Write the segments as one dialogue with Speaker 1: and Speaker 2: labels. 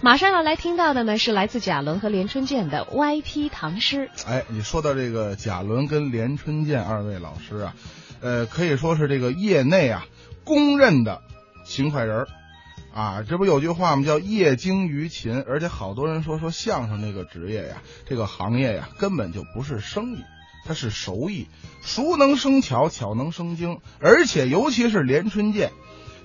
Speaker 1: 马上要来听到的呢，是来自贾伦和连春建的 YP 唐诗。
Speaker 2: 哎，你说到这个贾伦跟连春建二位老师啊，呃，可以说是这个业内啊公认的勤快人儿啊。这不有句话吗？叫业精于勤，而且好多人说说相声这个职业呀，这个行业呀，根本就不是生意。它是手艺，熟能生巧，巧能生精，而且尤其是连春建，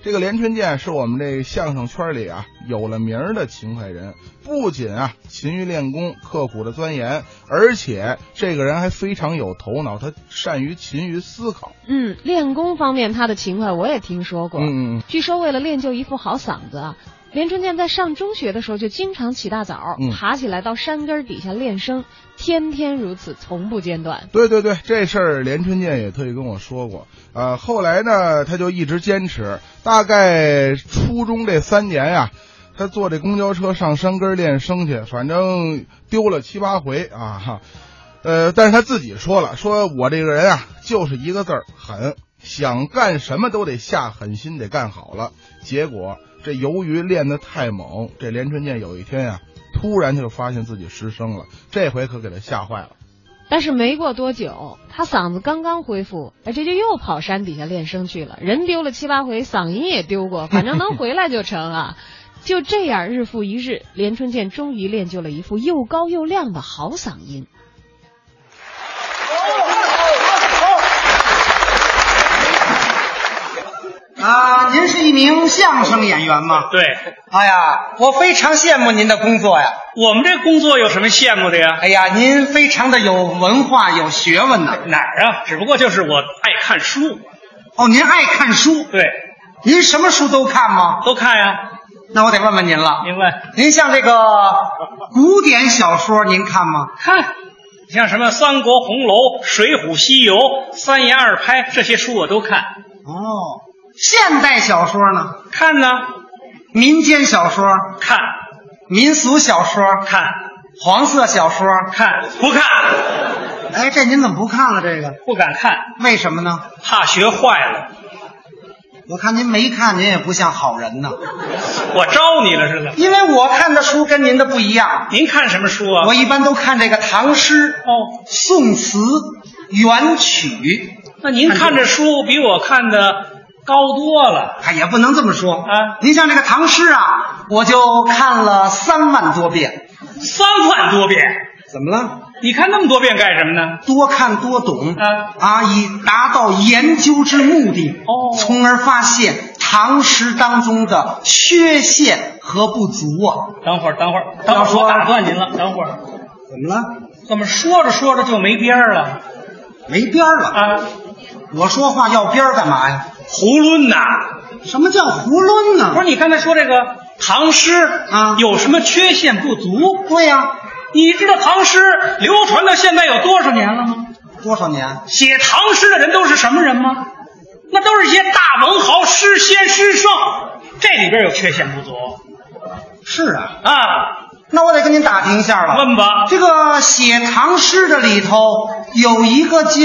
Speaker 2: 这个连春建是我们这相声圈里啊有了名儿的勤快人，不仅啊勤于练功，刻苦的钻研，而且这个人还非常有头脑，他善于勤于思考。
Speaker 1: 嗯，练功方面他的勤快我也听说过。
Speaker 2: 嗯，
Speaker 1: 据说为了练就一副好嗓子啊，连春建在上中学的时候就经常起大早，
Speaker 2: 嗯
Speaker 1: 爬起来到山根儿底下练声，天天如此，从不间断。
Speaker 2: 对对对，这事儿连春建也特意跟我说过。呃，后来呢，他就一直坚持，大概初中这三年呀、他坐这公交车上山根儿练声去，反正丢了七八回啊哈。呃，但是他自己说了，说我这个人啊，就是一个字儿狠，想干什么都得下狠心，得干好了。结果这由于练得太猛，这连春建有一天呀、突然就发现自己失声了，这回可给他吓坏了。
Speaker 1: 但是没过多久，他嗓子刚刚恢复，哎，这就又跑山底下练声去了。人丢了七八回，嗓音也丢过， 反正能回来就成啊。就这样，日复一日，连春建终于练就了一副又高又亮的好嗓音。
Speaker 3: 啊，您是一名相声演员吗？
Speaker 4: 对，
Speaker 3: 哎呀，我非常羡慕您的工作呀！
Speaker 4: 我们这工作有什么羡慕的呀？
Speaker 3: 哎呀，您非常的有文化、有学问呐、
Speaker 4: 哪儿啊？只不过就是我爱看书，
Speaker 3: 哦，您爱看书，
Speaker 4: 对，
Speaker 3: 您什么书都看吗？
Speaker 4: 都看呀、
Speaker 3: 那我得问问您了，
Speaker 4: 您问，
Speaker 3: 您像这个古典小说，您看吗？
Speaker 4: 看，像什么《三国》《红楼》《水浒》《西游》《三言二拍》这些书我都看。
Speaker 3: 哦，现代小说呢？
Speaker 4: 看呢，
Speaker 3: 民间小说、
Speaker 4: 看，
Speaker 3: 民俗小说、
Speaker 4: 看，
Speaker 3: 黄色小说，
Speaker 4: 看，不看，
Speaker 3: 哎，这您怎么不看了？这个
Speaker 4: 不敢看，
Speaker 3: 为什么呢？
Speaker 4: 怕学坏了。
Speaker 3: 我看您没看，您也不像好人呐。
Speaker 4: 我招你了似的。
Speaker 3: 因为我看的书跟您的不一样，
Speaker 4: 您看什么书啊？
Speaker 3: 我一般都看这个唐诗、
Speaker 4: 哦，
Speaker 3: 宋词、元曲，
Speaker 4: 那您看这书比我看的高多了。
Speaker 3: 哎，也不能这么说
Speaker 4: 啊
Speaker 3: 您像这个唐诗啊，我就看了三万多遍。
Speaker 4: 三万多遍，
Speaker 3: 怎么了？
Speaker 4: 你看那么多遍干什么呢？
Speaker 3: 多看多懂
Speaker 4: 啊
Speaker 3: 以达到研究之目的，
Speaker 4: 哦
Speaker 3: 从而发现唐诗当中的缺陷和不足啊。
Speaker 4: 等会儿，等会儿，等会
Speaker 3: 要
Speaker 4: 儿，
Speaker 3: 说
Speaker 4: 我打断您了。等会儿，
Speaker 3: 怎么了？
Speaker 4: 怎么说着说着就没边儿了
Speaker 3: 没边儿了！
Speaker 4: 啊？
Speaker 3: 我说话要边儿干嘛呀？
Speaker 4: 囫囵呐！
Speaker 3: 什么叫囫囵呢？
Speaker 4: 不是你刚才说这个唐诗
Speaker 3: 啊
Speaker 4: 有什么缺陷不足？
Speaker 3: 对呀、
Speaker 4: 你知道唐诗流传到现在有多少年了吗？
Speaker 3: 多少年？
Speaker 4: 写唐诗的人都是什么人吗？那都是一些大文豪、诗仙、诗圣，这里边有缺陷不足
Speaker 3: 是啊，
Speaker 4: 啊？
Speaker 3: 那我得跟您打听一下了。
Speaker 4: 问吧，
Speaker 3: 这个写唐诗的里头有一个叫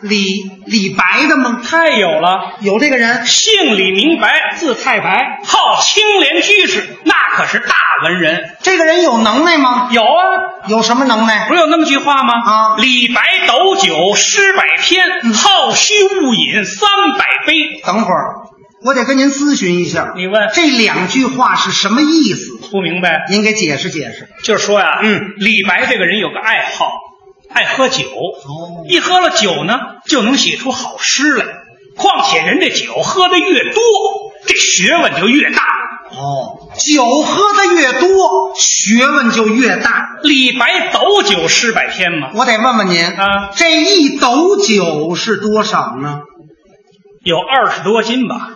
Speaker 3: 李李白的吗？
Speaker 4: 太有了。
Speaker 3: 有这个人？
Speaker 4: 姓李名白，字太白，号青莲居士，那可是大文人。
Speaker 3: 这个人有能耐吗？
Speaker 4: 有啊，
Speaker 3: 有什么能耐
Speaker 4: 不？是有那么句话吗？
Speaker 3: 啊嗯
Speaker 4: 李白斗酒诗百篇，好虚勿饮三百杯。
Speaker 3: 等会儿，我得跟您咨询一下，
Speaker 4: 你问
Speaker 3: 这两句话是什么意思？
Speaker 4: 不明白？
Speaker 3: 您给解释解释。
Speaker 4: 就是说呀，
Speaker 3: 嗯，
Speaker 4: 李白这个人有个爱好，爱喝酒。
Speaker 3: 哦
Speaker 4: 一喝了酒呢，就能写出好诗来。况且人这酒喝的越多，这学问就越大。
Speaker 3: 哦，酒喝的越多，学问就越大。
Speaker 4: 李白斗酒诗百篇嘛，
Speaker 3: 我得问问您
Speaker 4: 啊
Speaker 3: 这一斗酒是多少呢？
Speaker 4: 有二十多斤吧？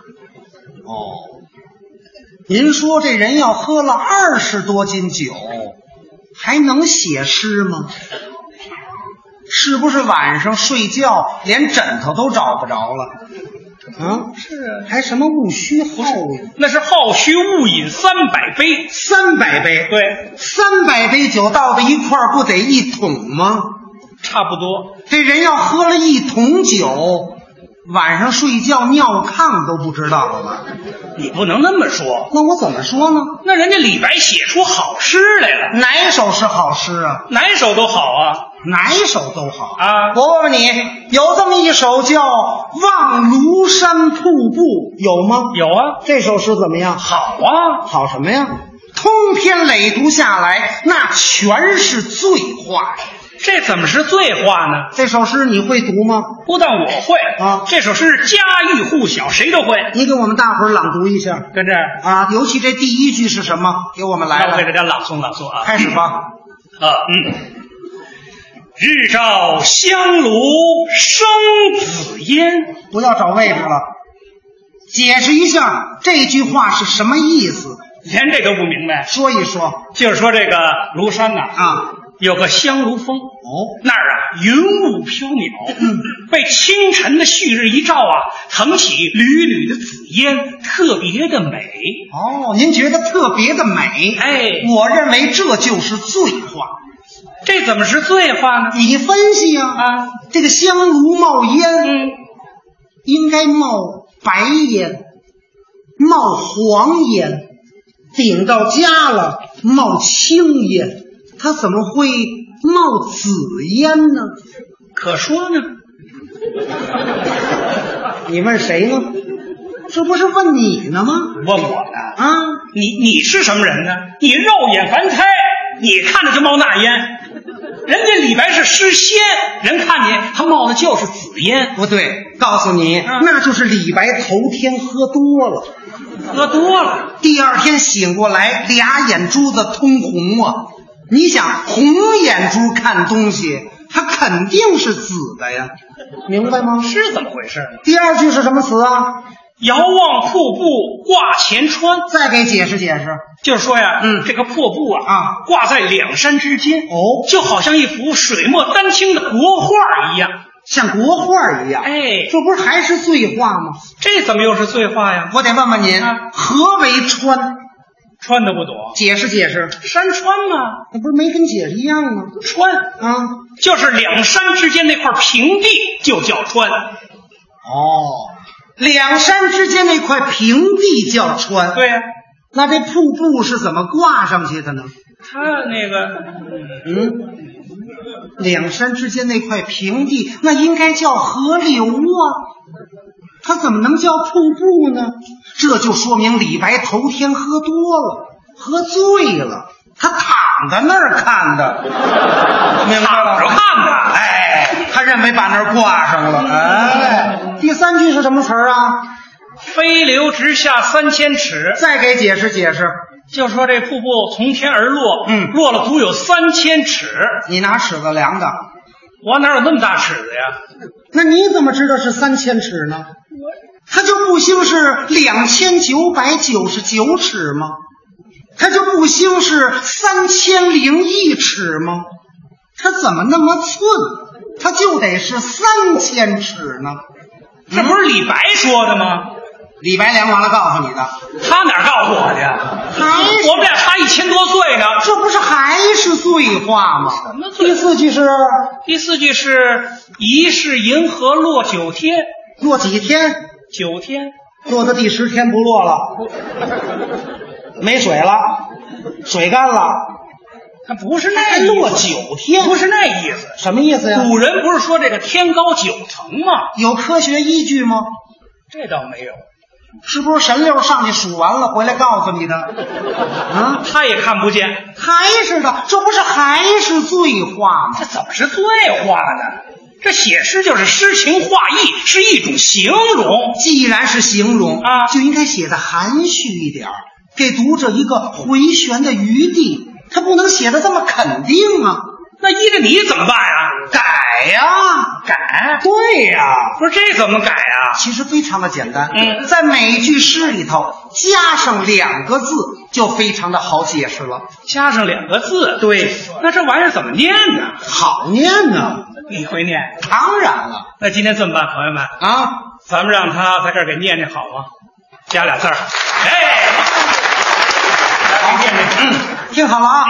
Speaker 3: 哦，您说这人要喝了二十多斤酒，还能写诗吗？是不是晚上睡觉连枕头都找不着了？啊，是啊，还什么戊戌好呀？
Speaker 4: 那是好虚勿饮三百杯。
Speaker 3: 三百杯，
Speaker 4: 对，
Speaker 3: 三百杯酒倒到一块儿，不得一桶吗？
Speaker 4: 差不多。
Speaker 3: 这人要喝了一桶酒，晚上睡觉尿了炕都不知道了吧？
Speaker 4: 你不能那么说。
Speaker 3: 那我怎么说呢？
Speaker 4: 那人家李白写出好诗来了，
Speaker 3: 哪一首是好诗啊？
Speaker 4: 哪一首都好啊
Speaker 3: 哪一首都好
Speaker 4: 啊！
Speaker 3: 我问问你，有这么一首叫《望庐山瀑布》，有吗？
Speaker 4: 有啊，
Speaker 3: 这首诗怎么样？
Speaker 4: 好啊，
Speaker 3: 好什么呀？通篇累读下来，那全是醉话。
Speaker 4: 这怎么是醉话呢？
Speaker 3: 这首诗你会读吗？
Speaker 4: 不但我会
Speaker 3: 啊
Speaker 4: 这首诗家喻户晓，谁都会。
Speaker 3: 你给我们大伙儿朗读一下
Speaker 4: 跟这儿，
Speaker 3: 啊！尤其这第一句是什么？给我们来
Speaker 4: 那我给
Speaker 3: 了，
Speaker 4: 大家朗诵朗诵啊。
Speaker 3: 开始吧。
Speaker 4: 啊，嗯。日照香炉生紫烟，
Speaker 3: 不要找位置了，解释一下这句话是什么意思？
Speaker 4: 连这都不明白。
Speaker 3: 说一说
Speaker 4: 就是说这个庐山呐、
Speaker 3: 啊。
Speaker 4: 有个香炉峰，
Speaker 3: 哦，嗯
Speaker 4: 那儿啊云雾飘渺，被清晨的旭日一照啊，腾起缕缕的紫烟，特别的美。
Speaker 3: 哦，您觉得特别的美？
Speaker 4: 哎，
Speaker 3: 我认为这就是醉话。
Speaker 4: 这怎么是醉话呢？
Speaker 3: 你分析呀、
Speaker 4: 啊，
Speaker 3: 这个香炉冒烟，
Speaker 4: 嗯，
Speaker 3: 应该冒白烟，冒黄烟，顶到家了冒青烟，它怎么会冒紫烟呢？
Speaker 4: 可说呢。
Speaker 3: 你问谁呢？这不是问你呢吗？
Speaker 4: 问我呢，
Speaker 3: 啊，
Speaker 4: 你你是什么人呢？你肉眼凡胎，你看着就冒那烟。人家李白是诗仙，人看见他冒的就是紫烟，
Speaker 3: 不对，告诉你，
Speaker 4: 啊
Speaker 3: 那就是李白头天喝多了，
Speaker 4: 喝多了。
Speaker 3: 第二天醒过来，俩眼珠子通红啊！你想，红眼珠看东西，它肯定是紫的呀，明白吗？
Speaker 4: 是怎么回事呢？
Speaker 3: 第二句是什么词啊？
Speaker 4: 遥望瀑布挂前川，
Speaker 3: 再给解释解释。
Speaker 4: 就是说呀，
Speaker 3: 嗯
Speaker 4: 这个瀑布啊
Speaker 3: 啊，
Speaker 4: 挂在两山之间，
Speaker 3: 哦，
Speaker 4: 就好像一幅水墨丹青的国画一样。
Speaker 3: 像国画一样。，
Speaker 4: 哎，
Speaker 3: 这不是还是醉话吗？
Speaker 4: 这怎么又是醉话呀？
Speaker 3: 我得问问您，
Speaker 4: 啊
Speaker 3: 何为川？
Speaker 4: 川的不懂，
Speaker 3: 解释解释。
Speaker 4: 山川嘛，
Speaker 3: 那不是没跟解释一样吗？
Speaker 4: 川
Speaker 3: 啊，
Speaker 4: 就是两山之间那块平地，就叫川。
Speaker 3: 哦，两山之间那块平地叫川。，
Speaker 4: 对呀、
Speaker 3: 那这瀑布是怎么挂上去的呢？
Speaker 4: 他那个
Speaker 3: 嗯，两山之间那块平地，那应该叫河流啊，它怎么能叫瀑布呢？这就说明李白头天喝多了，喝醉了，他躺在那儿看的， 明白
Speaker 4: 躺着
Speaker 3: 了吗？
Speaker 4: 看吧，哎，
Speaker 3: 他认为把那儿挂上了。哎，第三句是什么词儿啊？
Speaker 4: 飞流直下三千尺，
Speaker 3: 再给解释解释。
Speaker 4: 就说这瀑布从天而落，
Speaker 3: 嗯
Speaker 4: 落了足有三千尺。
Speaker 3: 你拿尺子量的，
Speaker 4: 我哪有那么大尺子呀？
Speaker 3: 那你怎么知道是三千尺呢？它就不兴是两千九百九十九尺吗？它就不兴是三千零一尺吗？它怎么那么寸？它就得是三千尺呢？
Speaker 4: 这不是李白说的吗？
Speaker 3: 李白量完了告诉你的，
Speaker 4: 他哪儿告诉我去？
Speaker 3: 还
Speaker 4: 我们俩差一千多岁呢。
Speaker 3: 这不是还是醉话吗？什
Speaker 4: 么醉
Speaker 3: 第四句是
Speaker 4: 第四句是“疑是银河落九天
Speaker 3: 落几天？”，
Speaker 4: 九天
Speaker 3: 落到第十天不落了，没水了，水干了，
Speaker 4: 他不是那
Speaker 3: 还
Speaker 4: 意
Speaker 3: 落
Speaker 4: 思
Speaker 3: 九天，啊
Speaker 4: 不是那意思。
Speaker 3: 什么意思呀？
Speaker 4: 古人不是说这个天高九层吗？
Speaker 3: 有科学依据吗？
Speaker 4: 这倒没有，
Speaker 3: 是不是神六上去数完了回来告诉你的？啊，
Speaker 4: 他也看不见，
Speaker 3: 还是的，这不是还是醉话吗？
Speaker 4: 这怎么是醉话呢？这写诗就是诗情画意，是一种形容。
Speaker 3: 既然是形容
Speaker 4: 啊
Speaker 3: 就应该写的含蓄一点儿，给读者一个回旋的余地。他不能写的这么肯定啊，
Speaker 4: 那依着你怎么办呀？
Speaker 3: 改呀、
Speaker 4: 改？
Speaker 3: 对呀、
Speaker 4: 不是这怎么改啊呀？
Speaker 3: 其实非常的简单，
Speaker 4: 嗯
Speaker 3: 在每一句诗里头加上两个字，就非常的好解释了，
Speaker 4: 加上两个字，对，那这玩意儿怎么念呢？
Speaker 3: 好念呢。
Speaker 4: 你会念？
Speaker 3: 当然了
Speaker 4: 那今天这么办，朋友们，
Speaker 3: 啊，
Speaker 4: 咱们让他在这儿给念念好吗？加俩字儿，哎，来，念念，
Speaker 3: 听好了啊，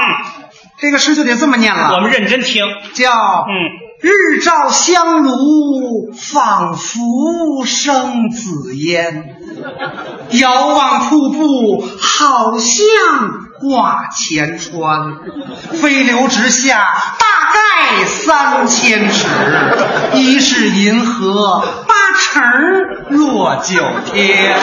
Speaker 3: 这个诗就得这么念
Speaker 4: 嗯嗯，我
Speaker 3: 了，
Speaker 4: 们认真听，
Speaker 3: 叫
Speaker 4: 嗯，
Speaker 3: 日照香炉，仿佛生紫烟。遥望瀑布，好像挂前川。飞流直下，大概三千尺。一是银河，八成落九天。